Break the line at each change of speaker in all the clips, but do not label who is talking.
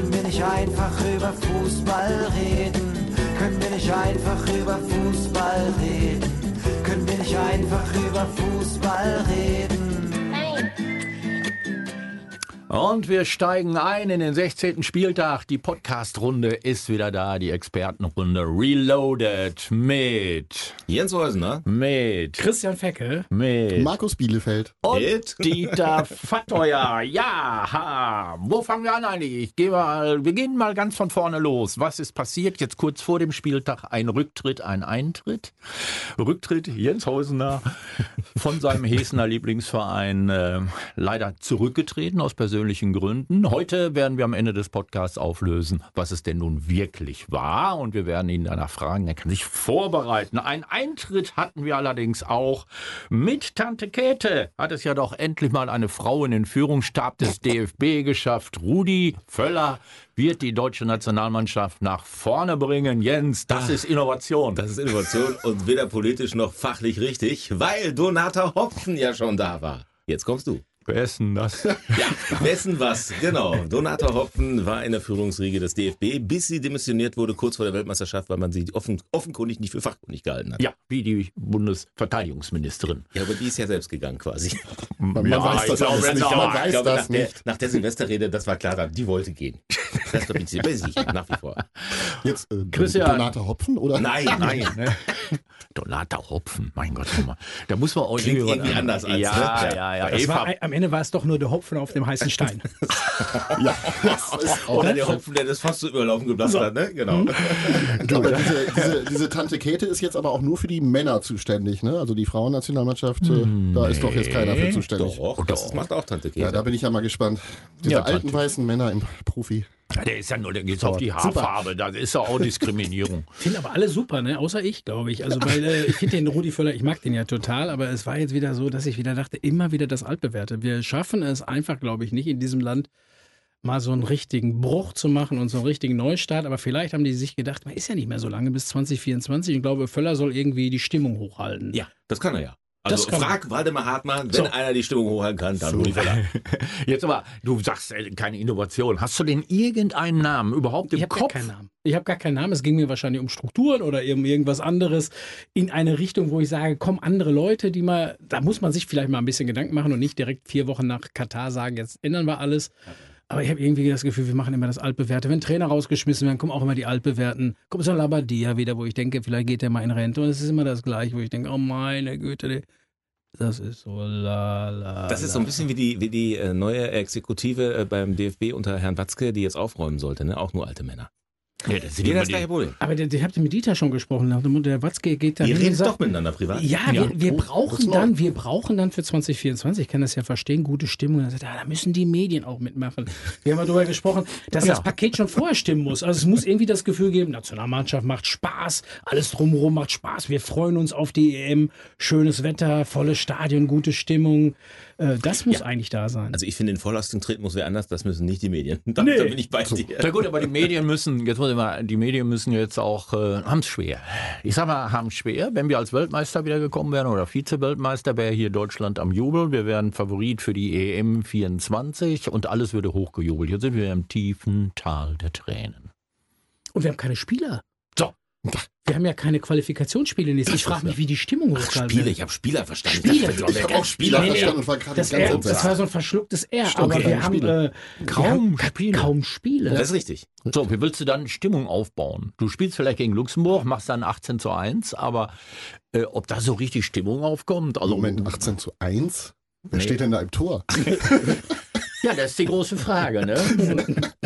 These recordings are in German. nicht einfach über Fußball reden? Können wir nicht einfach über Fußball reden? Können wir nicht einfach über Fußball reden?
Und wir steigen ein in den 16. Spieltag. Die Podcast-Runde ist wieder da, die Expertenrunde Reloaded mit,
Jens ne? Häusner.
mit,
Christian Fecke.
mit
Markus Bielefeld.
Oh,
Mit?
Dieter Fatteuer. Ja, ha. wo fangen wir an eigentlich? Ich gehe mal, wir gehen mal ganz von vorne los. Was ist passiert jetzt kurz vor dem Spieltag? Ein Rücktritt, ein Eintritt. Rücktritt Jens Heusener von seinem Hesener Lieblingsverein äh, leider zurückgetreten aus persönlichen Gründen. Heute werden wir am Ende des Podcasts auflösen, was es denn nun wirklich war. Und wir werden ihn danach fragen. Er kann sich vorbereiten. Ein Eintritt hatten wir allerdings auch mit Tante Käthe. Hat es ja doch endlich mal eine Frau in den Führungsstab des DFB geschafft. Rudi Völler wird die deutsche Nationalmannschaft nach vorne bringen. Jens, das ist Innovation.
Das ist Innovation und weder politisch noch fachlich richtig, weil Donata Hopfen ja schon da war. Jetzt kommst du.
Wer ist denn das?
Ja, wessen was? Genau. Donata Hopfen war in der Führungsriege des DFB, bis sie demissioniert wurde, kurz vor der Weltmeisterschaft, weil man sie offen, offenkundig nicht für fachkundig gehalten hat.
Ja, wie die Bundesverteidigungsministerin.
Ja, aber die ist ja selbst gegangen quasi.
Man weiß das alles nicht,
aber
man
ich
weiß
glaube,
das
nach, der,
nicht.
nach der Silvesterrede, das war klar, die wollte gehen. Das bin ich sie sicher, nach wie vor.
Jetzt äh,
Christian.
Donate Hopfen oder?
Nein, nein.
Donata Hopfen, mein Gott, guck mal. da muss man auch
Klingt irgendwie anders als,
ja,
ne?
ja, ja,
Es war,
Eva,
ein- am Ende war es doch nur der Hopfen auf dem heißen Stein.
Ja, Oh, das ist auch.
Oder der Hopfen, der das fast zu überlaufen geblasen hat, ne? Genau.
Aber diese, diese, diese Tante Käthe ist jetzt aber auch nur für die Männer zuständig, ne? Also die Frauennationalmannschaft, äh, da ist doch jetzt keiner für zuständig.
Doch, das macht auch Tante
Ja,
Käthe.
da bin ich ja mal gespannt. Diese
Ja,
alten
Tante.
weißen Männer im Profi.
der ist ja nur, der geht auf die
Super.
Haarfarbe, da ist ja auch Diskriminierung.
Finden aber alle super, ne? Außer ich, glaube ich. Also, weil äh, ich finde den Rudi Völler, ich mag den ja total, aber es war jetzt wieder so, dass ich wieder dachte, immer wieder das Altbewährte. Wir schaffen es einfach, glaube ich, nicht in diesem Land mal so einen richtigen Bruch zu machen und so einen richtigen Neustart. Aber vielleicht haben die sich gedacht, man ist ja nicht mehr so lange bis 2024. Ich glaube, Völler soll irgendwie die Stimmung hochhalten.
Ja, das kann er ja. Also
Das kann
frag Waldemar Hartmann, wenn einer die Stimmung hochhalten kann, dann Rudi Völler.
Jetzt aber, du sagst äh, keine Innovation. Hast du denn irgendeinen Namen überhaupt im
Ich habe gar
Kopf?
keinen Namen. Ich habe gar keinen Namen. Es ging mir wahrscheinlich um Strukturen oder eben irgendwas anderes in eine Richtung, wo ich sage, komm, andere Leute, die mal, da muss man sich vielleicht mal ein bisschen Gedanken machen und nicht direkt vier Wochen nach Katar sagen, jetzt ändern wir alles. Aber ich habe irgendwie das Gefühl, wir machen immer das Altbewährte. Wenn Trainer rausgeschmissen werden, kommen auch immer die Altbewährten. Kommt so ein Labadia wieder, wo ich denke, vielleicht geht der mal in Rente. Und es ist immer das Gleiche, wo ich denke, oh meine Güte, das ist so la la.
Das ist so
la.
ein bisschen wie die, wie die äh, neue Exekutive äh, beim DFB unter Herrn Watzke, die jetzt aufräumen sollte, ne? Auch nur alte Männer.
Ja, das sind
Jeder
immer
das gleiche
die,
Problem.
Aber der, der habt ihr mit Dieter schon gesprochen. Der Watzke geht da
Die
hin und
reden
sagt-
doch miteinander privat.
Ja,
Ja.
wir, wir
Oh,
brauchen
das läuft.
dann, wir brauchen dann für 2024, ich kann das ja verstehen, gute Stimmung. Dann sagt, er, ah, da müssen die Medien auch mitmachen. Wir haben ja darüber gesprochen, dass
Ja.
das Paket schon vorher stimmen muss. Also es muss irgendwie das Gefühl geben, Nationalmannschaft macht Spaß, alles drumherum macht Spaß. Wir freuen uns auf die EM, schönes Wetter, volles Stadion, gute Stimmung. Äh, Das muss eigentlich da sein.
Also ich finde, in Vorlastung treten muss wer anders, das müssen nicht die Medien. Da, da bin ich bei dir.
Na gut, aber die Medien müssen, jetzt muss ich mal, die Medien müssen jetzt auch, äh, haben es schwer. Ich sag mal, haben es schwer. Wenn wir als Weltmeister wiedergekommen wären oder Vize-Weltmeister, wäre hier Deutschland am Jubeln. Wir wären Favorit für die EM 24 und alles würde hochgejubelt. Jetzt sind wir im tiefen Tal der Tränen.
Und wir haben keine Spieler.
So.
Wir haben ja keine Qualifikationsspiele. nächstes. Ich frage mich, wie die Stimmung hochgehalten
Spieler,
wird.
ich habe Spieler verstanden.
Spieler.
Ich dachte,
Ich
wir
habe
wären
auch Spieler
Nee, nee,
verstanden Oh, und war gerade
Das,
ganz
R,
entsetzt.
das war so ein verschlucktes R, aber
okay.
wir haben, äh,
Kaum
wir haben
Spiele.
kaum Spiele.
Das ist richtig.
So, wie willst du dann Stimmung aufbauen? Du spielst vielleicht gegen Luxemburg, machst dann 18 zu 1, aber äh, ob da so richtig Stimmung aufkommt? Also,
Moment, 18 zu 1? Wer
Nee.
steht denn da im Tor?
Ja, das ist die große Frage. Ne?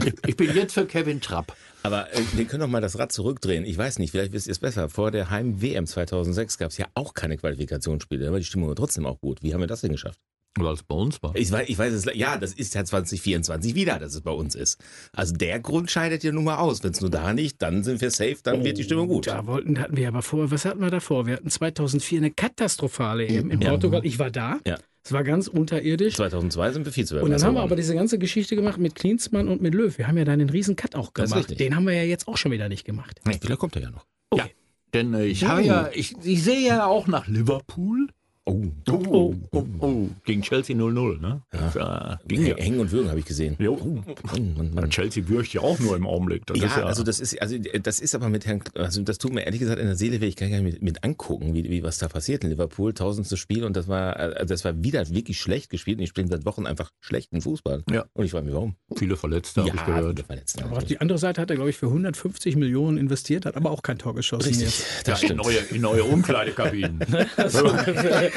ich, ich bin jetzt für Kevin Trapp.
Aber äh, wir können doch mal das Rad zurückdrehen. Ich weiß nicht, vielleicht wisst ihr es besser. Vor der Heim-WM 2006 gab es ja auch keine Qualifikationsspiele. Da war die Stimmung aber trotzdem auch gut. Wie haben wir das denn geschafft?
Weil es bei uns war.
Ich weiß, ich weiß es, le- ja, das ist ja 2024 wieder, dass es bei uns ist. Also der Grund scheidet ja nun mal aus. Wenn es nur da nicht, dann sind wir safe, dann wird die Stimmung gut.
Da wollten, hatten wir aber vor, was hatten wir davor? Wir hatten 2004 eine katastrophale EM in
Ja.
Portugal. Ich war da.
Ja.
Es war ganz unterirdisch.
2002 sind wir viel zu
Und dann haben wir
geworden.
aber diese ganze Geschichte gemacht mit Klinsmann und mit Löw. Wir haben ja dann den riesen Cut auch
Das ist
gemacht.
richtig.
Den haben wir ja jetzt auch schon wieder nicht gemacht.
Nee, vielleicht kommt er ja noch.
Denn äh, ich habe ja, ich, ich sehe ja auch nach Liverpool.
Oh,
Oh, oh, oh. Gegen Chelsea 0-0, ne? Ja. Ging ja.
Eng und Würgen habe ich gesehen.
Jo.
Mann, Mann, Mann.
Chelsea würcht ja auch nur im Augenblick. Das
Ja,
ist ja
also das ist, also das ist aber mit Herrn, also das tut mir ehrlich gesagt in der Seele weh. Ich kann gar nicht mit, mit angucken, wie, wie was da passiert in Liverpool. Tausendstes Spiel und das war, also das war wieder wirklich schlecht gespielt und ich spiele seit Wochen einfach schlechten Fußball.
Ja.
Und ich frage mich, warum?
viele Verletzte, habe ich gehört.
das war letzten
Aber auf
Endes.
die andere Seite hat er, glaube ich, für 150 Millionen investiert, hat aber auch kein Tor geschossen jetzt.
Richtig, das
Ja, in
stimmt.
neue, in neue Umkleidekabinen.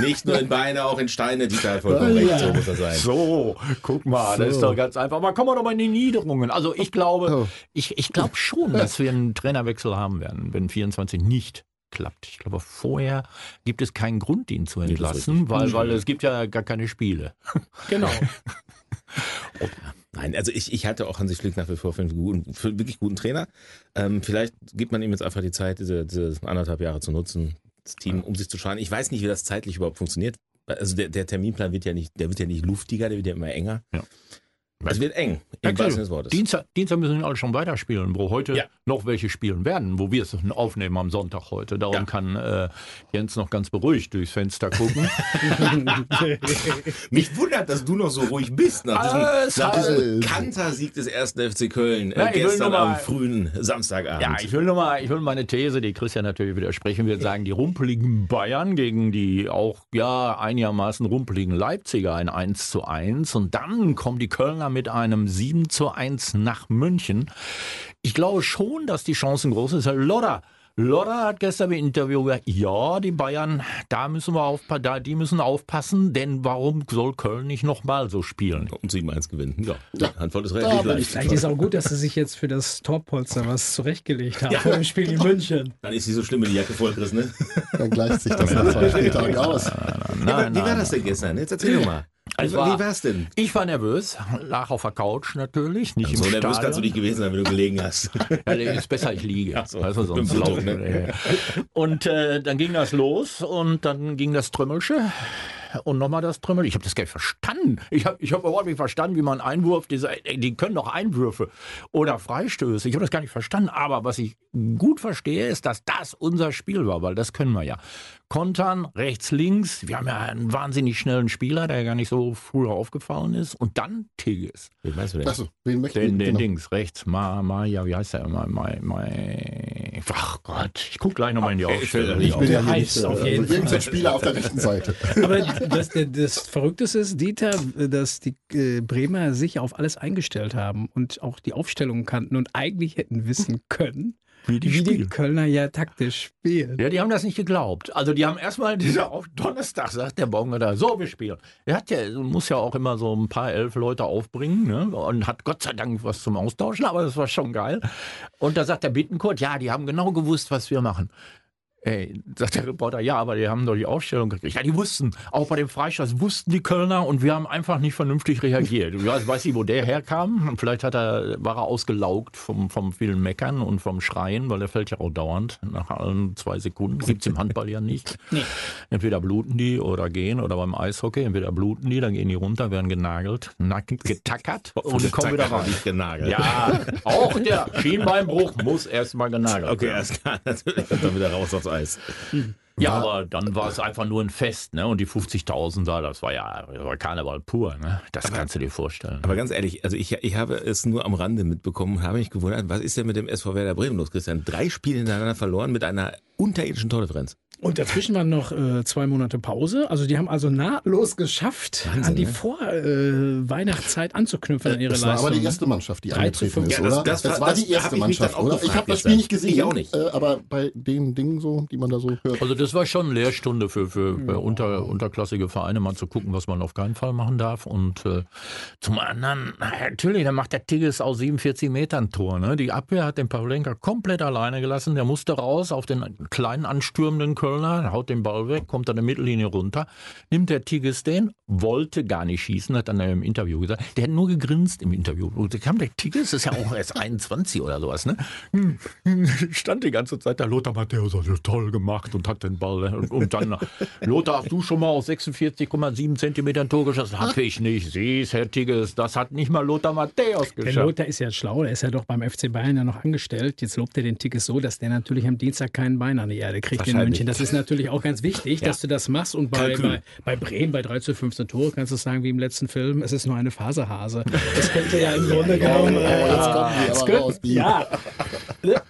Nicht nur in Beine, auch in Steine, die da vollkommen recht, so muss er sein.
so, guck mal, das ist doch ganz einfach. Aber kommen wir doch mal in die Niederungen. Also ich glaube, ich, ich glaube schon, dass wir einen Trainerwechsel haben werden, wenn 24 nicht klappt. Ich glaube, vorher gibt es keinen Grund, ihn zu
das ist Mhm.
entlassen, weil, weil es gibt ja gar keine Spiele.
Genau.
Nein, also ich, ich hatte auch Hansi Flick nach wie vor für einen guten, für einen wirklich guten Trainer. Ähm, vielleicht gibt man ihm jetzt einfach die Zeit, diese, diese anderthalb Jahre zu nutzen, das Team um sich zu schaden. Ich weiß nicht, wie das zeitlich überhaupt funktioniert. Also der, der Terminplan wird ja nicht, der wird ja nicht luftiger, der wird ja immer enger.
Ja.
Es wird eng, im wahrsten Sinne des Wortes.
Dienstag, Dienstag müssen alle schon weiterspielen, wo heute
Ja.
noch welche spielen werden, wo wir es aufnehmen am Sonntag heute. Darum
Ja.
kann äh, Jens noch ganz beruhigt durchs Fenster gucken.
Mich wundert, dass du noch so ruhig bist nach
Alles
diesem, nach diesem
alles.
Kantersieg des 1. FC Köln äh,
Ja, ich will
gestern
nur mal-
am frühen Samstagabend.
Ja, ich will nur mal, ich will meine These, die Christian natürlich widersprechen wird, sagen, die rumpeligen Bayern gegen die auch ja einigermaßen rumpeligen Leipziger ein 1 zu 1 und dann kommen die Kölner mit einem 7 zu 1 nach München. Ich glaube schon, dass die Chancen groß sind. Herr Lodder, Lodder hat gestern im Interview gesagt, ja, die Bayern, da müssen wir aufpassen, da, die müssen aufpassen, denn warum soll Köln nicht nochmal so spielen?
um 7-1 gewinnen. Ja, Antwort ist
Da
relativ
bin ich
leicht.
Vielleicht ist auch gut, dass sie sich jetzt für das Torpolster was zurechtgelegt haben vor dem Spiel in München.
Dann ist sie so schlimm, wenn die Jacke vollgerissen ist.
Dann gleicht sich das nach zwei Spieltagen aus.
ja, aber wie war das denn gestern? Jetzt erzähl doch mal.
Es
Also, wie
Also, war-
war es denn?
Ich war nervös, lag auf der Couch natürlich, nicht im
So
Stadion.
nervös kannst du nicht gewesen sein, wenn du gelegen hast.
Ja, nee, ist besser, ich liege.
so.
Weißt du, sonst
Im
laufen.
Blutdruck, ne?
wir. Und äh, dann ging das los und dann ging das Trümmelsche und nochmal das Trümmel. Ich habe das gar nicht verstanden. Ich habe ich hab überhaupt nicht verstanden, wie man Einwurf, diese, ey, die können doch Einwürfe oder Freistöße. Ich habe das gar nicht verstanden. Aber was ich gut verstehe, ist, dass das unser Spiel war, weil das können wir ja. Kontern, rechts, links. Wir haben ja einen wahnsinnig schnellen Spieler, der gar nicht so früh aufgefallen ist. Und dann Tigges.
Wie meinst du denn?
Achso, wen möchten
Den, den
genau.
Dings, rechts, Ma, Ma, ja, wie heißt der? Ma, Ma, Ma, ach Gott, ich guck gleich nochmal in die
Okay, fällt
Aufstellung.
mir nicht
Ich bin ja hier
heiß,
nicht,
auf
also
jeden
irgendein Spieler auf der rechten Seite.
Aber das, das Verrückteste ist, Dieter, dass die äh, Bremer sich auf alles eingestellt haben und auch die Aufstellung kannten und eigentlich hätten wissen können,
Wie die
wie die
spielen.
Kölner ja taktisch spielen.
Ja, die haben das nicht geglaubt. Also die haben erstmal diese, auf Donnerstag sagt der Baumgartner, so, wir spielen. Er hat ja, muss ja auch immer so ein paar elf Leute aufbringen ne? und hat Gott sei Dank was zum Austauschen, aber das war schon geil. Und da sagt der Bittenkurt, ja, die haben genau gewusst, was wir machen. Ey, sagt der Reporter, ja, aber die haben doch die Aufstellung gekriegt. Ja, die wussten, auch bei dem Freistoß wussten die Kölner und wir haben einfach nicht vernünftig reagiert. Ich weiß, weiß nicht, wo der herkam. Vielleicht hat er, war er ausgelaugt vom, vom vielen Meckern und vom Schreien, weil der fällt ja auch dauernd. Nach allen zwei Sekunden gibt's im Handball ja nicht. Entweder bluten die oder gehen oder beim Eishockey, entweder bluten die, dann gehen die runter, werden genagelt, nackend getackert und kommen wieder rein.
Nicht genagelt.
Ja, auch der Schienbeinbruch muss erstmal genagelt
Okay, also
werden.
erst klar, natürlich. Und dann wieder raus aufs Eis.
Ja, aber dann war es einfach nur ein Fest, ne? Und die 50.000 da, das war ja das war Karneval pur, ne? Das kannst du dir vorstellen.
Aber ganz ehrlich, also ich, ich habe es nur am Rande mitbekommen, habe mich gewundert, was ist denn mit dem SV Werder Bremen los, Christian? Drei Spiele hintereinander verloren mit einer unterirdischen Tordifferenz.
Und dazwischen waren noch äh, zwei Monate Pause. Also die haben also nahtlos geschafft, an die Vorweihnachtszeit anzuknüpfen an ihre
ne? Das war
Leistung.
aber die erste Mannschaft, die
3 zu
angetreten
5.
ist,
Ja, das-
oder?
das war-
war
das
die erste
hab ich mich dann
Mannschaft,
auch
oder? Ich
gefragt
habe das
gestern.
Spiel nicht gesehen,
Ich auch nicht.
Äh, aber bei den Dingen so, die man da so hört.
Also das war schon eine Lehrstunde für, für äh, unter, unterklassige Vereine, mal zu gucken, was man auf keinen Fall machen darf. Und äh, zum anderen, na, natürlich, da macht der Tigges aus 47 Metern Tor. Ne? Die Abwehr hat den Pavlenka komplett alleine gelassen. Der musste raus auf den kleinen anstürmenden Kölner, haut den Ball weg, kommt an der Mittellinie runter, nimmt der Tigges den, wollte gar nicht schießen, hat dann im Interview gesagt. Der hat nur gegrinst im Interview. Und da kam der Tigges, ist ja auch erst 21 oder sowas, ne? stand die ganze Zeit da. Lothar Matthäus hat das toll gemacht und hat den Ball. Und, und dann, Lothar, hast du schon mal aus 46,7 Zentimetern Tor geschossen? Hab ich nicht. Siehst, Herr Tigges, das hat nicht mal Lothar Matthäus
Der
geschafft.
Lothar ist ja schlau, der ist ja doch beim FC Bayern ja noch angestellt. Jetzt lobt er den Tickets so, dass der natürlich am Dienstag keinen Bein an die Erde kriegt in
Wahrscheinlich.
München. Das das ist natürlich auch ganz wichtig, dass du das machst. Und bei,
Kalkül.
bei, bei Bremen bei 3 zu 15 Tore kannst du es sagen wie im letzten Film, es ist nur eine Faserhase. Das könnte ja im Grunde genommen... äh,
jetzt kommen die aber
Gut,
raus, die.
ja. Ne?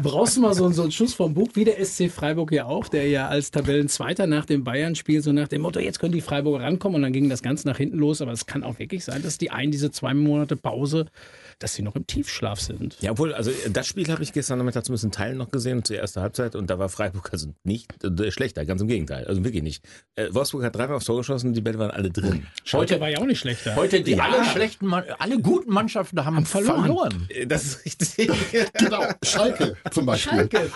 Brauchst du mal so, so einen Schuss vom Bug, wie der SC Freiburg ja auch, der ja als Tabellenzweiter nach dem Bayern-Spiel so nach dem Motto, jetzt können die Freiburger rankommen und dann ging das Ganze nach hinten los. Aber es kann auch wirklich sein, dass die einen diese zwei Monate Pause, dass sie noch im Tiefschlaf sind.
Ja, obwohl, also äh, das Spiel habe ich gestern Nachmittag zumindest in Teilen noch gesehen, zur ersten Halbzeit, und da war Freiburg also nicht äh, schlechter, ganz im Gegenteil, also wirklich nicht. Äh, Wolfsburg hat dreimal aufs Tor geschossen, die Bälle waren alle drin.
Heute war ja auch nicht schlechter.
Heute die alle schlechten, Man alle guten Mannschaften haben verloren.
verloren.
Äh, Das ist richtig.
Genau, Schalke zum Beispiel.
Schalke.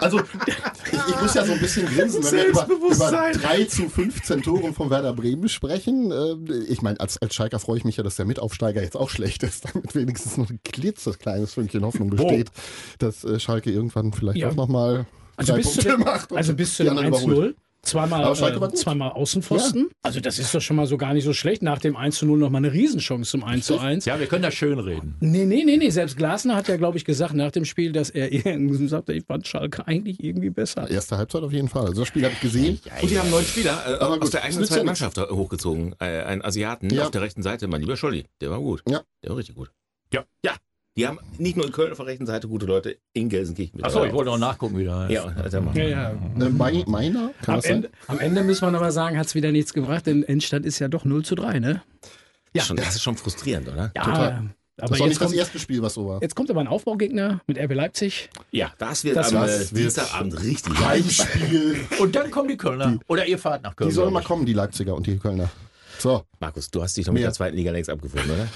Also, ich, ich muss ja so ein bisschen grinsen, wenn wir über, über 3 zu 15 Toren von Werder Bremen sprechen. Äh, Ich meine, als, als Schalker freue ich mich ja, dass der Mitaufsteiger jetzt auch schlecht ist, damit wenigstens noch ein klitzekleines Fünkchen Hoffnung besteht, dass äh, Schalke irgendwann vielleicht
Ja.
auch nochmal
Also
drei
bis zu
Punkte
dem,
macht. und
also bis zu
die
dem
anderen überholt.
1-0. Zweimal,
Aber Schalke war
äh,
gut.
zweimal Außenpfosten. Also, das ist doch schon mal so gar nicht so schlecht. Nach dem 1 zu 0 nochmal eine Riesenchance zum 1 zu 1.
Ja, wir können das schön reden.
Nee, nee, nee, nee. Selbst Glasner hat ja, glaube ich, gesagt nach dem Spiel, dass er irgendwie sagte, ich fand Schalke eigentlich irgendwie besser.
Erste Halbzeit auf jeden Fall. Also das Spiel habe ich gesehen.
Und die haben neun Spieler äh,
Aber
aus
gut,
der
das
eigenen
nützt
zweiten
ja nichts.
Mannschaft hochgezogen. Äh, einen Asiaten
Ja.
auf der rechten Seite, mein lieber Scholli. Der war gut.
Ja.
Der war richtig gut.
Ja.
Ja. Die haben nicht nur in Köln auf der rechten Seite gute Leute, in Gelsenkirchen mit.
Achso, Also, ich wollte noch nachgucken wieder.
Ja, Alter, mach.
Ja, ja.
Äh, mein, meiner? Kann
Am
das sein?
Ende, am Ende müssen wir nochmal sagen, hat es wieder nichts gebracht, denn Endstand ist ja doch 0 zu 3, ne?
Ja. Schon, das ist schon frustrierend, oder?
Ja,
Total.
aber
Das war
jetzt
nicht das
kommt,
erste Spiel, was so war.
jetzt kommt aber ein Aufbaugegner mit RB Leipzig.
Ja, das wird
Das
am äh,
war's.
Dienstagabend richtig.
Heimspiel.
Und dann kommen die Kölner. Oder ihr fahrt nach Köln.
Die sollen
glaub
mal kommen, die Leipziger und die Kölner. So.
Markus, du hast dich noch mit
Mehr.
der zweiten Liga längst abgefunden, oder?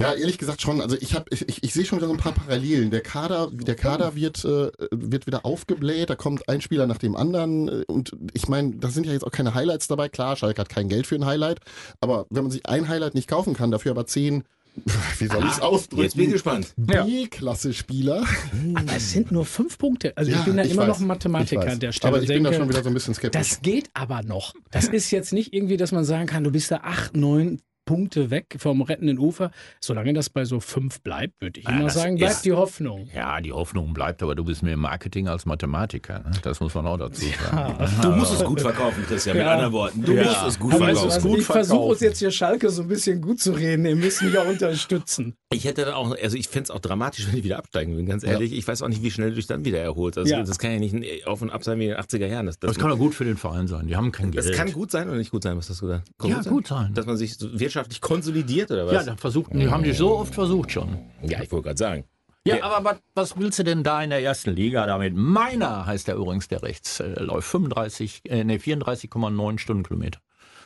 Ja, ehrlich gesagt schon. Also ich habe, ich, ich, ich sehe schon wieder so ein paar Parallelen. Der Kader, der Kader wird, äh, wird wieder aufgebläht, da kommt ein Spieler nach dem anderen. äh, Und ich meine, da sind ja jetzt auch keine Highlights dabei. Klar, Schalke hat kein Geld für ein Highlight, aber wenn man sich ein Highlight nicht kaufen kann, dafür aber zehn, wie soll ich es
Jetzt bin ich
ausdrücken?
gespannt.
B-Klasse-Spieler.
Es sind nur fünf Punkte. Also ich bin da
ich
immer
weiß,
noch ein
ich
Mathematiker
weiß.
an der Stelle.
Aber ich bin da
Denke,
schon wieder so ein bisschen skeptisch.
Das geht aber noch. Das ist jetzt nicht irgendwie, dass man sagen kann, du bist da acht, neun Punkte weg vom rettenden Ufer. Solange das bei so fünf bleibt, würde ich
Ja,
immer
das
sagen, bleibt
ist-
die Hoffnung.
ich. Ja, die Hoffnung bleibt, aber du bist mehr im Marketing als Mathematiker. Ne? Das muss man auch dazu sagen.
Du musst es gut verkaufen, Christian, mit
Ja.
anderen Worten. Du
Ja.
musst es gut
Aber es
verkaufen.
ist gut
Also ich versuche
verkaufen.
uns jetzt hier Schalke so ein bisschen gut zu reden. Ihr müsst mich ja unterstützen.
Ich hätte dann auch, also ich fände es auch dramatisch, wenn ich wieder absteigen würden, ganz ehrlich. Ich weiß auch nicht, wie schnell du dich dann wieder erholst. Also
Ja.
das kann ja nicht ein auf und ab sein wie in den 80er Jahren. Das, das,
Das kann doch gut für den Verein sein. Die haben kein Geld.
das kann gut sein oder nicht gut sein, was hast du gesagt?
Ja, gut sein.
Dass man sich so wirtschaftlich konsolidiert oder
ja,
was?
da versuchten, die haben die so oft versucht schon.
ja ich wollte gerade sagen.
Ja, aber was, was willst du denn da in der ersten Liga damit? Meiner heißt der übrigens, der rechts äh, läuft 35, äh, nee, 34,9 Stundenkilometer.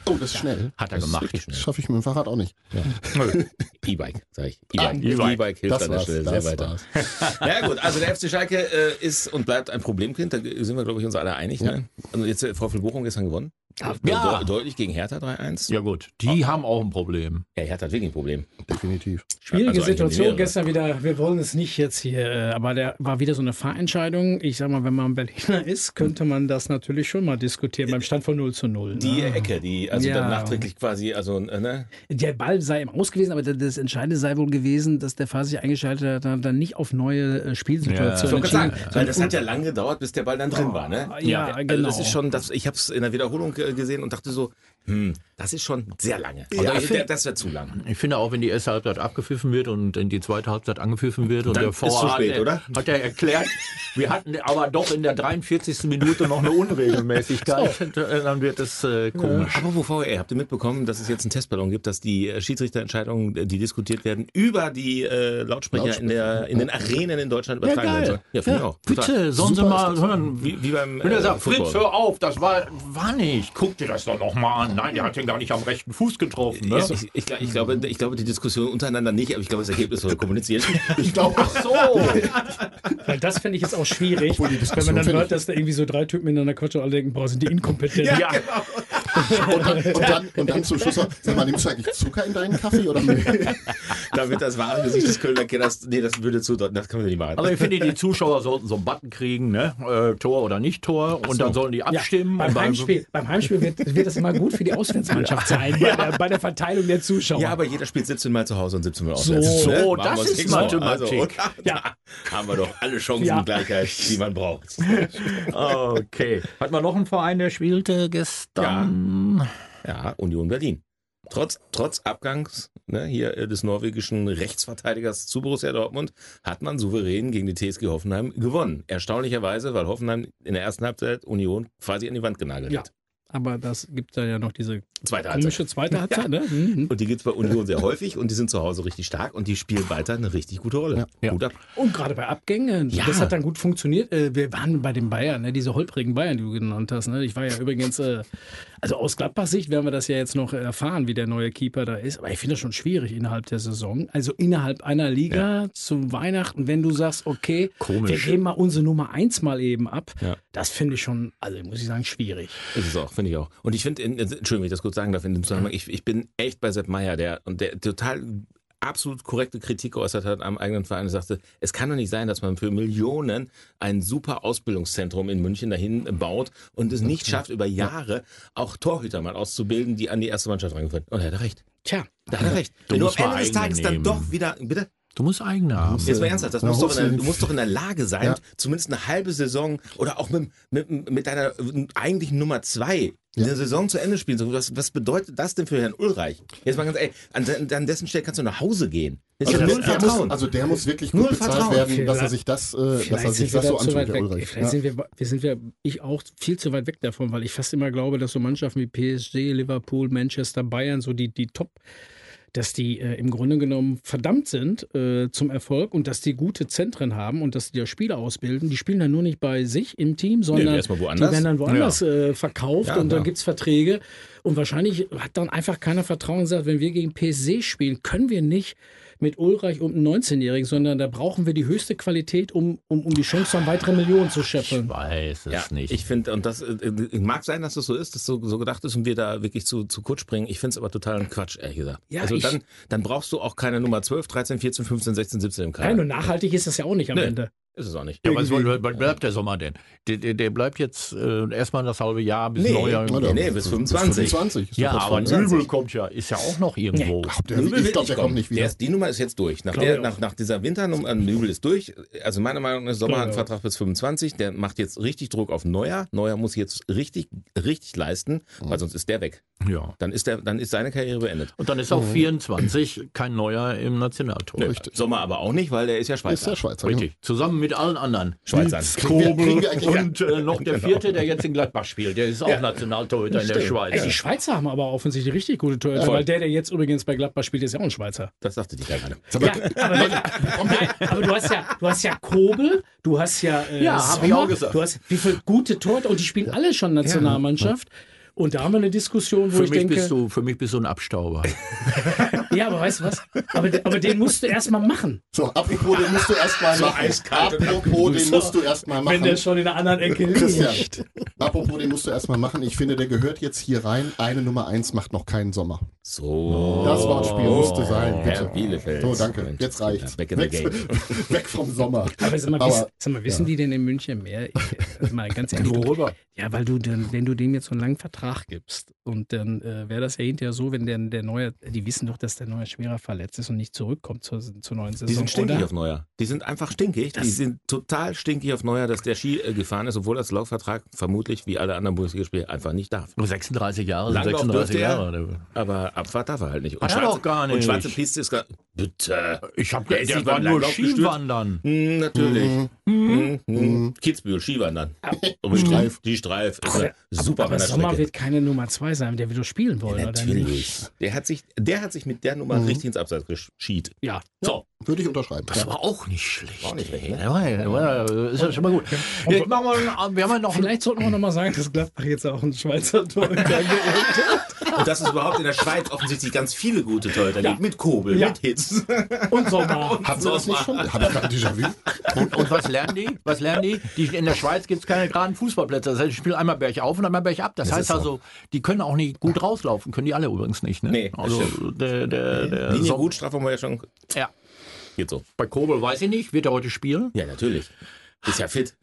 Oh, das ist schnell.
Hat er gemacht.
Das schaffe ich mit dem Fahrrad auch nicht.
E-Bike, sag ich. E-Bike
E-Bike.
E-Bike hilft
Das
an der
war's.
Stelle
Das
sehr weiter.
war's.
Ja gut, also der FC Schalke äh, ist und bleibt ein Problemkind, da sind wir, glaube ich, uns alle einig. Ne? Also jetzt äh, VfL Bochum gestern gewonnen. Äh,
Ja.
Deu- deutlich gegen Hertha 3-1.
Ja gut,
Ah.
die haben auch ein Problem.
Ja, Hertha hat wirklich ein Problem.
Definitiv.
Schwierige
Also eigentlich
Situation
mehrere.
gestern wieder. Wir wollen es nicht jetzt hier, äh, aber der war wieder so eine Fahrentscheidung. Ich sag mal, wenn man Berliner ist, könnte man das natürlich schon mal diskutieren beim Stand von 0 zu 0.
Die
ne?
Ecke, die also
Ja.
dann nachträglich quasi, also äh, ne?
Der Ball sei im Aus gewesen, aber das Entscheidende sei wohl gewesen, dass der Fahrer sich eingeschaltet hat, dann- dann nicht auf neue äh,
Ja,
Spielsituationen
ich
Kann
entschieden.
sagen, weil das hat ja lange gedauert, bis der Ball dann drin war, ne?
Ja,
Also
genau.
das ist schon, das, ich habe es in der Wiederholung äh, gesehen und dachte so, hm, das ist schon sehr lange. Oder,
ich find-
das wäre zu lang.
Ich finde auch, wenn die erste Halbzeit abgepfiffen wird und in die zweite Halbzeit angepfiffen wird und
Dann
der
ist zu
VAR
spät,
hat-
oder?
hat er erklärt, wir hatten aber doch in der 43. Minute noch eine Unregelmäßigkeit, dann wird es äh, komisch.
Aber wo VR, habt ihr mitbekommen, dass es jetzt einen Testballon gibt, dass die äh, Schiedsrichterentscheidungen, äh, die diskutiert werden, über die äh, Lautsprecher, In, der, in den Arenen in Deutschland übertragen werden sollen? Ja, finde ich auch. Total.
Bitte, sollen Sie mal hören.
Wie, wie beim
Wenn er
äh,
sagt, Fritz,
Football.
hör auf, das war, war nicht. Guck dir das doch noch mal an. Nein, der hat den gar nicht am rechten Fuß getroffen. Ne?
Ich, ich, ich, glaub- ich, glaube, ich glaube, die Diskussion untereinander nicht, aber ich glaube, das Ergebnis wurde kommuniziert.
Ich glaube,
Weil das fände ich jetzt auch schwierig, wenn
Diskussion
man dann
finde
hört,
genau.
ich-
dass da irgendwie so drei Typen miteinander quatschen und alle denken, boah, sind die inkompetent.
Ja.
Und dann, und dann, und dann zum Schluss, sag mal, nimmst du eigentlich Zucker in deinen Kaffee oder Also Milch?
Damit das wahre Gesicht des Kölner Killers, nee, das würde zu deuten, das kann man nicht machen.
Also ich finde, die Zuschauer sollten so einen Button kriegen, ne? äh, Tor oder nicht Tor, und dann sollen die abstimmen.
beim
und dann-
Heimspiel, beim Heimspiel wird, wird das mal gut für die Auswärtsmannschaft sein, bei, der, bei der Verteilung der Zuschauer.
ja, aber jeder spielt 17 Mal zu Hause und 17 Mal
So.
auswärts.
So,
Machen
das
wir
ist
nichts vor.
Mathematik.
Also, und-
Ja.
haben wir doch alle Chancen
Ja.
und Gleichheit, die man braucht.
Okay. Hat man noch einen Verein, der spielte gestern?
Ja, Union Berlin. Trotz, trotz Abgangs ne, hier äh, des norwegischen Rechtsverteidigers zu Borussia Dortmund hat man souverän gegen die TSG Hoffenheim gewonnen. Erstaunlicherweise, weil Hoffenheim in der ersten Halbzeit Union quasi an die Wand genagelt
Ja.
hat.
Aber das gibt dann ja noch diese
Zweite Halbzeit.
komische zweite Halbzeit. Ne? Mhm.
Und die gibt's bei Union sehr häufig und die sind zu Hause richtig stark und die spielen weiter eine richtig gute Rolle.
Ja.
Gut ab.
Und gerade bei Abgängen,
Ja.
das hat dann gut funktioniert. Äh, Wir waren bei den Bayern, ne? diese holprigen Bayern, die du genannt hast. Ne? Ich war ja übrigens, äh, also aus Gladbach Sicht werden wir das ja jetzt noch erfahren, wie der neue Keeper da ist. Aber ich finde das schon schwierig innerhalb der Saison. Also innerhalb einer Liga zu Weihnachten, wenn du sagst, okay,
Komisch.
wir geben mal unsere Nummer eins mal eben ab.
Ja.
Das finde ich schon, also muss ich sagen, schwierig.
Ist es auch, finde ich auch. Und ich finde, in- in- Entschuldigung, wenn ich das kurz sagen darf, in dem Zusammenhang, ich, ich bin echt bei Sepp Meyer, der, und der total absolut korrekte Kritik geäußert hat am eigenen Verein und sagte, es kann doch nicht sein, dass man für Millionen ein super Ausbildungszentrum in München dahin baut und es nicht schafft, über Jahre auch Torhüter mal auszubilden, die an die erste Mannschaft rangeführt. Und er hat recht.
Tja,
Da hat er recht.
Du
Wenn du am
musst mal
Ende des
eigene
Tages dann
nehmen.
doch wieder, bitte?
Du musst eigene haben.
Jetzt mal ernsthaft, das
Na,
muss doch in der,
Hochsee-
du musst doch in der Lage sein,
Ja.
zumindest eine halbe Saison oder auch mit, mit, mit deiner äh, eigentlichen Nummer zwei eine Saison zu Ende spielen. So, Was, was bedeutet das denn für Herrn Ulreich? Jetzt mal ganz ehrlich, an, se- an dessen Stelle kannst du nach Hause gehen. Das ist
Also,
ja null
der muss,
Vertrauen.
also der muss wirklich
Null
gut bezahlt
Vertrauen.
werden, dass er
Vielleicht-
sich das, äh, dass er
Vielleicht
sich
sind wir
das so
da zu
antut,
weit
der
weg.
Ulreich.
Vielleicht
Ja.
sind wir, wir sind ja, ich auch, viel zu weit weg davon, weil ich fast immer glaube, dass so Mannschaften wie PSG, Liverpool, Manchester, Bayern, so die, die Top, dass die äh, im Grunde genommen verdammt sind äh, zum Erfolg und dass die gute Zentren haben und dass die da Spieler ausbilden. Die spielen dann nur nicht bei sich im Team, sondern
erst mal woanders.
die werden dann woanders äh, verkauft
Ja,
und dann
ja.
gibt es Verträge. Und wahrscheinlich hat dann einfach keiner Vertrauen und sagt, wenn wir gegen PSG spielen, können wir nicht mit Ulreich und einem 19-Jährigen, sondern da brauchen wir die höchste Qualität, um, um, um die Chance von weiteren Millionen zu schöpfen.
Weiß es
Ja, Ich finde, und das äh, äh, mag sein, dass das so ist, dass so, so gedacht ist und wir da wirklich zu, zu kurz springen. Ich finde es aber totalen Quatsch, ehrlich gesagt.
Ja,
also
ich-
dann, dann brauchst du auch keine Nummer 12, 13, 14, 15, 16, 17 im Kader.
Nein, und nachhaltig ist das ja auch nicht am
Nö.
Ende.
ist es auch nicht.
Ja, was wann bleibt der Sommer denn? Der, der, der bleibt jetzt äh, erstmal das halbe Jahr bis
Nee,
Neujahr.
nee, nee, bis 25.
25. ist
ja,
doch
aber
was
von
Nübel
20.
kommt ja, ist ja auch noch irgendwo.
Ob der- Ich glaube, der kommt nicht
Der
wieder.
ist, die Nummer ist jetzt durch. Nach,
Glaub ich
der,
auch.
nach, nach dieser Winternummer, äh, Nübel ist durch. Also meiner Meinung nach ist Sommer
Glaub
hat einen
ich auch.
Vertrag bis 25. Der macht jetzt richtig Druck auf Neuer. Neuer muss jetzt richtig, richtig leisten, weil sonst ist der weg.
Ja.
Dann ist, der, dann ist seine Karriere beendet.
Und dann ist auch 24 kein neuer im Nationaltor.
Richtig.
Sommer aber auch nicht, weil der ist ja Schweizer.
Ist der Schweizer. ne?
Richtig. Zusammen mit allen anderen.
Schweizer.
Kriegen wir, kriegen wir eigentlich
Und äh, noch der vierte, der jetzt in Gladbach spielt, der ist auch Nationaltorhüter in der Schweiz.
Ey, die Schweizer haben aber offensichtlich richtig gute Torhüter, weil der, der jetzt übrigens bei Gladbach spielt, ist ja auch ein Schweizer.
Das sagte die gerade.
Sag
Ja,
mal,
aber, nein, aber du hast ja, du hast ja Kobel, du hast ja, äh,
Ja, hab
Sommer,
ich auch gesagt.
du hast wie viele gute Torte und die spielen alle schon Nationalmannschaft. Und da haben wir eine Diskussion, wo
Für
ich
mich,
denke,
bist du, für mich bist du ein Abstauber.
ja, aber weißt du was? Aber, de- aber den musst du erstmal machen.
so, apropos, den musst du erstmal machen.
eiskalt und
Apropos, den
abgebrüht.
musst du erstmal machen.
Wenn der schon in der anderen Ecke
Christian,
liegt.
apropos, den musst du erstmal machen. Ich finde, der gehört jetzt hier rein. Eine Nummer 1 macht noch keinen Sommer.
So.
Das Wortspiel musste sein,
Herr
bitte.
Bielefeld.
So, danke.
Moment.
Jetzt reicht's.
Back in the game.
weg vom Sommer.
Aber, sag mal,
Aber-
wissen, sag mal, wissen die denn in München mehr? Ich, also mal ganz ehrlich,
Worüber?
Ja, weil du dann, wenn du dem jetzt so einen langen Vertrag gibst und dann äh, wäre das ja hinterher so, wenn der, der neue, die wissen doch, dass der neue schwerer verletzt ist und nicht zurückkommt zur, zur neuen Saison.
Die sind stinkig
oder?
auf Neuer. Die sind einfach stinkig. die
Das-
sind total stinkig auf Neuer, dass der Ski äh, gefahren ist, obwohl das Laufvertrag vermutlich wie alle anderen Bundesligaspiele einfach nicht darf.
36 Jahre,
Langlauf
36
dürfte er.
Jahre.
Aber Abfahrt darf er halt nicht. Und
Hat er doch gar
Und
nicht.
schwarze Piste ist gar. Bitte.
Ich habe
Der
der,
ist nicht
war
beim
nur
Langlauf gestürzt.
Skiwandern.
Hm,
Mhm.
natürlich. Hm, hm. Kitzbühel, Skiwandern. Und Streif. Die Streif. Ist eine super
Aber Sommer
Wanderstrecke.
wird keine Nummer zwei sein, der wird doch spielen wollen, oder nicht? Mhm.
Natürlich. Der hat, sich, der hat sich mit der Nummer richtig ins Abseits geschied.
Ja.
So,
Würde ich unterschreiben.
Das war auch nicht schlecht.
War auch nicht schlecht,
ey.
ne?
Ja, ja, ja, Ist ja schon mal gut. Jetzt machen wir, wir haben ja noch
Vielleicht sollten wir nochmal sagen, dass Gladbach jetzt auch ein Schweizer Tor geholt
Und dass es überhaupt in der Schweiz offensichtlich ganz viele gute Torhüter gibt. Mit Kobel,
Ja.
mit Hitz.
Und Sommer.
Hab's
das nicht schon? Habe ich gerade Déjà-vu?
Und, und was lernen die? Was lernen die? die in der Schweiz gibt es keine geraden Fußballplätze. Das heißt, die spielen einmal bergauf und einmal bergab. Das, heißt
ist so.
also, die können auch nicht gut rauslaufen. Können die alle übrigens nicht. Ne?
Nee, das
also der, der, der
Linie
Son-
gut, Strafraum war ja schon.
Ja.
Geht so.
Bei Kobel weiß ich nicht. Wird er heute spielen?
Ja, natürlich. Ist ja fit.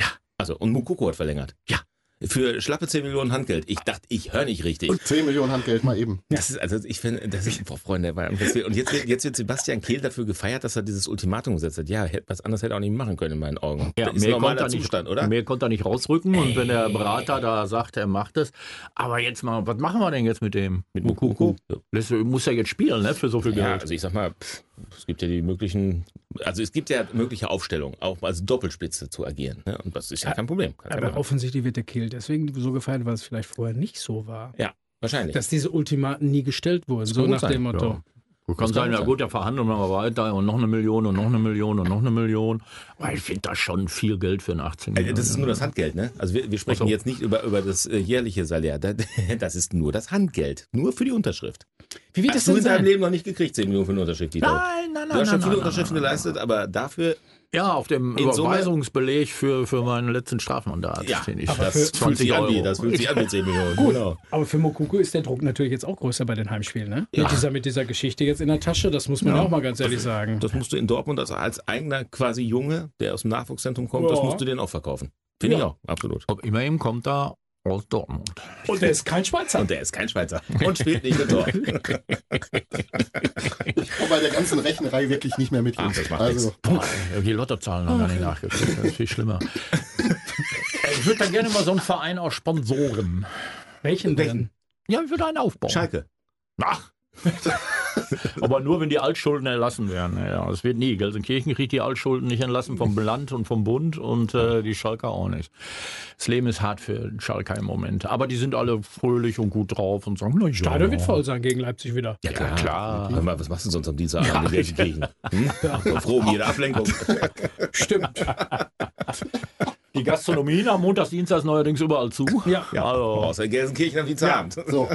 Ja. Also, und Mukoko hat verlängert.
Ja.
Für schlappe 10 Millionen Handgeld. Ich dachte, ich höre nicht richtig.
10 Millionen Handgeld mal eben.
Das ist, also ich finde, das ist, boah, Freunde, weil- und jetzt wird- und jetzt wird, jetzt wird Sebastian Kehl dafür gefeiert, dass er dieses Ultimatum gesetzt hat. Ja, hätte- was anderes hätte er auch nicht machen können in meinen Augen. das ist ein normaler
er nicht,
Zustand, oder?
Mehr konnte er nicht rausrücken. Und wenn der Berater da sagt, er macht es. Aber jetzt mal, was machen wir denn jetzt mit dem?
Mit Mukoko.
Das muss er jetzt spielen, ne? Für so viel
Ja,
Geld.
also ich sag mal, pff, es gibt ja die möglichen, also es gibt ja mögliche Aufstellungen, auch als Doppelspitze zu agieren. Ne? Und das ist ja kein Problem. Kannst ja
Aber
machen.
offensichtlich wird der Kill deswegen so gefeiert, weil es vielleicht vorher nicht so war.
Ja, wahrscheinlich.
Dass diese Ultimaten nie gestellt wurden, so
kann gut
nach
sein,
dem Motto.
ja. Kann
Das
sein,
kann
ja
sein.
gut, da verhandeln wir weiter und noch eine Million und noch eine Million und noch eine Million. Aber ich finde das schon viel Geld für einen 18
Äh,
jährigen
Das ist nur das Handgeld, ne? Also wir, wir sprechen
Ach so.
jetzt nicht über, über das äh, jährliche Salär. Da- Das ist nur das Handgeld. Nur für die Unterschrift.
Wie wird
Hast
das
du
denn
in deinem
sein?
Leben noch nicht gekriegt, 10 Millionen für eine Unterschrift, Dieter?
Nein, nein, nein.
Du hast schon
nein,
viele
nein,
Unterschriften
nein, nein.
geleistet, aber dafür
Ja, auf dem
In Summe-
Überweisungsbeleg für, für meinen letzten Strafmandat.
Ja,
den ich
aber
für
das fühlt sich an wie,
Euro.
das fühlt sich an wie 10 Millionen. Genau.
Aber für Mokoko ist der Druck natürlich jetzt auch größer bei den Heimspielen, ne? Mit, dieser, mit dieser Geschichte jetzt in der Tasche, das muss man ja. auch mal ganz ehrlich sagen.
Das musst du in Dortmund also als eigener quasi Junge, der aus dem Nachwuchszentrum kommt, das
Ja.
musst du denen auch verkaufen. Finde ich
Ja.
auch, absolut.
Ob immerhin kommt da aus Dortmund.
Und der ist kein Schweizer.
Und der ist kein Schweizer und spielt nicht mit Tor.
Und bei der ganzen Rechenreihe wirklich nicht mehr mitgehen.
Ach, das macht
also,
Boah, die Lottozahlen noch gar nicht nachgeguckt. Das ist viel schlimmer. ich würde da gerne mal so einen Verein aus Sponsoren.
Welchen denn?
Ja, ich würde einen aufbauen.
Schalke.
Ach. Aber nur, wenn die Altschulden erlassen werden. Ja, das wird nie. Gelsenkirchen kriegt die Altschulden nicht erlassen vom Land und vom Bund und äh, die Schalker auch nicht. Das Leben ist hart für den Schalker im Moment. Aber die sind alle fröhlich und gut drauf und sagen, na ja.
Stadion wird voll sein gegen Leipzig wieder.
Ja, klar.
klar.
Hör mal, was machst du sonst am Dienstagabend in Gelsenkirchen? Hm? Ach, so froh um jede Ablenkung.
Stimmt.
Die Gastronomien am Montags, Dienstags neuerdings überall zu.
Ja.
Also,
Außer Gelsenkirchen am Dienstagabend.
so,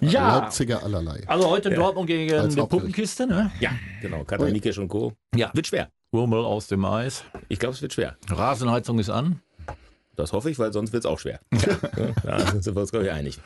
ja.
Leipziger allerlei.
Also heute Dortmund gegen
Als
die
Hauptfeld.
Puppenkiste, ne?
Ja, genau. Katamike und Co.
Ja.
Wird schwer.
Wurmel aus dem Eis.
Ich glaube, es wird schwer.
Rasenheizung ist an.
Das hoffe ich, weil sonst wird es auch schwer. Ja, da sind wir uns, glaube ich, einig.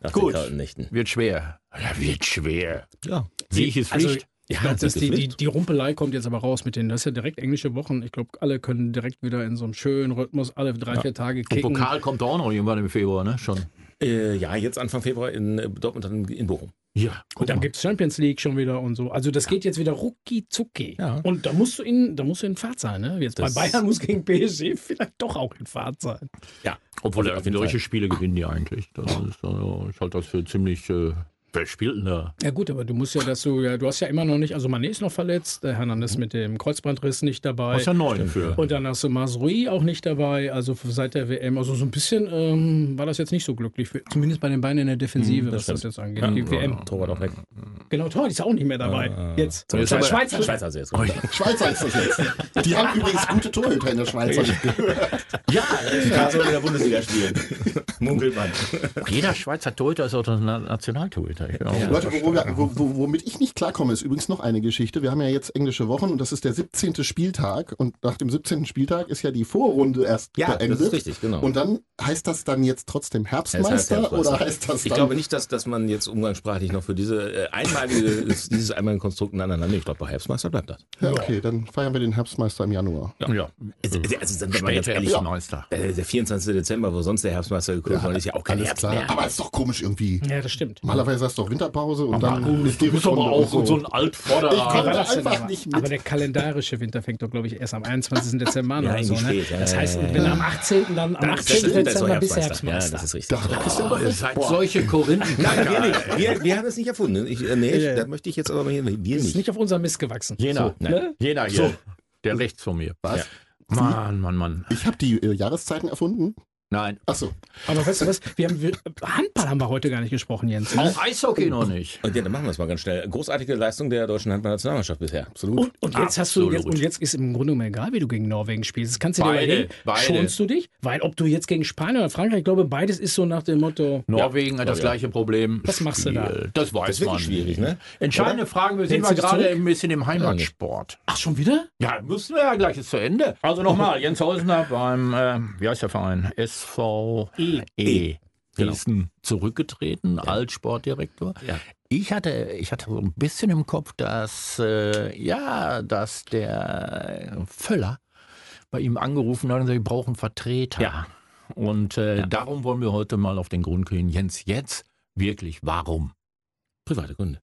Nach
Gut.
den kalten Nächten.
Wird schwer. Ja, wird schwer.
Ja.
Sieg ist
Also,
Pflicht.
Ich glaube, dass
das
die,
ist
die, die Rumpelei kommt jetzt aber raus mit denen. Das ist ja direkt englische Wochen. Ich glaube, alle können direkt wieder in so einem schönen Rhythmus alle drei, vier Tage
Und
kicken.
Pokal kommt auch noch irgendwann im Februar, ne? Schon.
Äh, ja, jetzt Anfang Februar in äh, Dortmund und in Bochum.
Ja,
Und dann gibt es Champions League schon wieder und so. Also das geht jetzt wieder rucki zucki.
Ja.
Und da musst du in, da musst du in Fahrt sein, ne? Jetzt
Das-
bei Bayern muss gegen PSG vielleicht doch auch in Fahrt sein.
Ja.
Obwohl,
Auf
also,
jeden
solche
Fall.
Spiele gewinnen die eigentlich. Das ist, also, ich halte das für ziemlich. Äh, wer spielt denn da?
Ja gut, aber du musst ja, dass du ja, du hast ja immer noch nicht, also Mané ist noch verletzt, der Hernandez mit dem Kreuzbandriss nicht dabei.
Was ja neu für.
Und dann hast du Masrui auch nicht dabei, also seit der WM. Also so ein bisschen ähm, war das jetzt nicht so glücklich, für, zumindest bei den Beinen in der Defensive, was Hm, das jetzt angeht. die WM.
Torwart auch weg.
Genau, Tor, die ist auch nicht mehr dabei.
Jetzt
jetzt. Der
aber-
Ah. Schweizer.
Schweizer ist jetzt. gut.
Schweizer ist das jetzt. Die haben übrigens gute Torhüter in der Schweiz. hab ich gehört.
Ja,
Die Karlsruhe in der Bundesliga spielen. Munkelt man.
jeder Schweizer Torhüter ist auch ein Na- Nationaltorhüter. Ich bin auch-
Leute, wo, wo, wo, womit ich nicht klarkomme, ist übrigens noch eine Geschichte. Wir haben ja jetzt englische Wochen und das ist der 17. Spieltag. Und nach dem 17. Spieltag ist ja die Vorrunde erst
Ja,
beendet.
das ist richtig, genau.
Und dann heißt das dann jetzt trotzdem
Ja, es
Herbstmeister,
heißt halt Herbstmeister.
oder heißt das
ich
dann
glaube nicht, dass, dass man jetzt umgangssprachlich noch für diese äh, einmalige, das- dieses einmalige Konstrukt, nein, nein, nein, ich glaube, bei Herbstmeister bleibt das.
Ja, okay, dann feiern wir den Herbstmeister im Januar.
ja.
Also, also, sind wir mal ganz
Später
ehrlich,
ist Meister.
äh, der 24. Dezember, wo sonst der Herbstmeister gekürt worden ist, ja auch kein
Alles
Herbst
klar.
mehr.
Aber ist doch komisch irgendwie.
Ja, das stimmt.
Normalerweise hast du doch Winterpause und dann ist die
Du bist aber
Rückrunde
auch
und
so ein Altvorderer.
Ich komm-
Aber das
einfach
aber,
nicht mit.
Ah, aber der kalendarische Winter fängt doch, glaube ich, erst am 21. Dezember an.
Ja,
oder so,
irgendwie
ne?
spät, ja,
Das
ja,
heißt,
ja, ja.
wenn am 18. dann am 18.
stimmt, da ist auch
Dezember bis
Ja,
Herbstmeister.
das ist richtig.
Da, da bist du aber
Ihr
recht.
seid
Boah.
solche Korinthenkacker.
wir, wir haben es nicht erfunden. Ich, äh, nee, ich, das möchte ich jetzt aber mal hier. Wir
Das ist
nicht.
nicht auf unserem Mist gewachsen.
Jena,
So, ne?
Jena hier. Der rechts von mir.
Was?
Hm? Mann, Mann, Mann.
Ich habe die äh, Jahreszeiten erfunden.
Nein.
Achso,
Aber weißt du was? Wir haben, wir, Handball haben wir heute gar nicht gesprochen, Jens. Ne?
Auch Eishockey noch nicht.
Und ja, dann machen wir es mal ganz schnell. Großartige Leistung der deutschen Handballnationalmannschaft bisher.
absolut.
Und, und jetzt hast du,
Absolut.
jetzt, und jetzt ist im Grunde genommen egal, wie du gegen Norwegen spielst. Das kannst du dir
Beide,
überlegen.
beide.
Schonst du dich? Weil ob du jetzt gegen Spanien oder Frankreich, ich glaube, beides ist so nach dem Motto.
Norwegen hat das
ja.
gleiche Problem.
Was machst du da?
Spiel. Das weiß
Das ist wirklich
man.
schwierig, ne?
Entscheidende Frage, wir sind
Hältst
wir
du dich
gerade
zurück?
ein bisschen im Heimatsport.
Ach, schon wieder?
Ja, müssen wir ja gleich ist zu Ende. Also nochmal, Jens Häusner beim, äh, wie heißt der Verein? SVE. E. Riesen zurückgetreten, als Sportdirektor.
Ja.
Ich hatte, ich hatte so ein bisschen im Kopf, dass, äh, ja, dass der Völler bei ihm angerufen hat und gesagt, wir brauchen Vertreter.
Ja.
Und äh, darum wollen wir heute mal auf den Grund gehen. Jens, jetzt wirklich, warum?
Private Gründe.